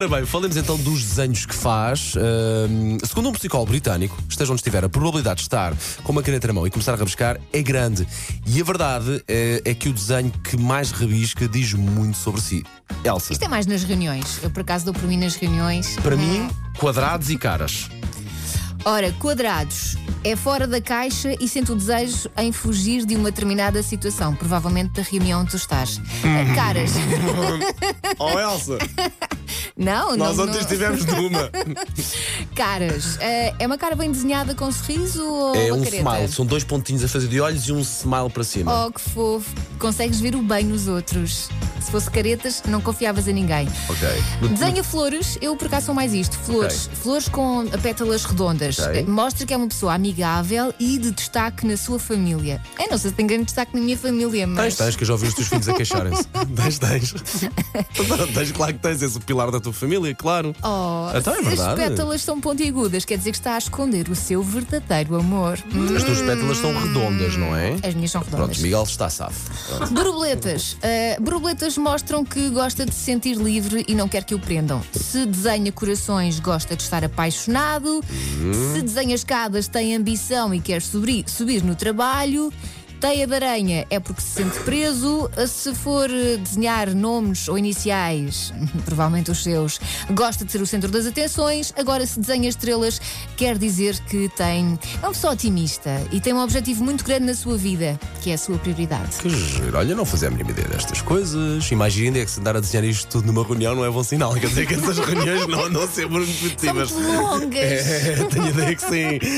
Ora bem, falemos então dos desenhos que faz. Ahm, segundo um psicólogo britânico, esteja onde estiver, a probabilidade de estar com uma caneta na mão e começar a rabiscar é grande. E a verdade eh, é, que o desenho que mais rabisca diz muito sobre si. Elsa, Isto é mais nas reuniões. Eu, por acaso, dou por mim nas reuniões. para mim, quadrados e caras. Ora, quadrados. É fora da caixa e sente o desejo em fugir de uma determinada situação, provavelmente da reunião onde tu estás. Caras. Hum. Oh Elsa, Não, nós não. ontem não. estivemos numa. Caras. Eh, é uma cara bem desenhada com sorriso ou É uma um careta? smile, são dois pontinhos a fazer de olhos e um smile para cima. Oh, que fofo. Consegues ver o bem nos outros. Se fosse caretas, não confiavas em ninguém. Ok. Desenha flores, eu por acaso sou mais isto: flores. Flores com pétalas redondas. Ok. Eh, Mostra que é uma pessoa amigável e de destaque na sua família. Eu não sei se tem grande destaque na minha família, Tens, mas. tens, que eu já ouvi os teus filhos a queixarem-se. tens, tens. tens, claro que tens, és o pilar da tua família, claro. Oh, Então é se as verdade. pétalas são pontiagudas, quer dizer que está a esconder o seu verdadeiro amor. Hum, As tuas pétalas são redondas, não é? As minhas são Pronto, redondas. Miguel está safo. Pronto. Borboletas. Uh, borboletas mostram que gosta de se sentir livre e não quer que o prendam. Se desenha corações, gosta de estar apaixonado. Se desenha escadas, tem ambição e quer subir, subir no trabalho. Teia de aranha é porque se sente preso. Se for uh, desenhar nomes ou iniciais, provavelmente os seus, gosta de ser o centro das atenções. Agora, se desenha estrelas, quer dizer que tem. É uma pessoa otimista e tem um objetivo muito grande na sua vida, que é a sua prioridade. Que giro, olha, não fazia a mínima ideia destas coisas. Imagina é que se andar a desenhar isto tudo numa reunião não é bom sinal. Quer dizer que essas reuniões não andam sempre São produtivas. muito longas. É, tenho ideia que sim.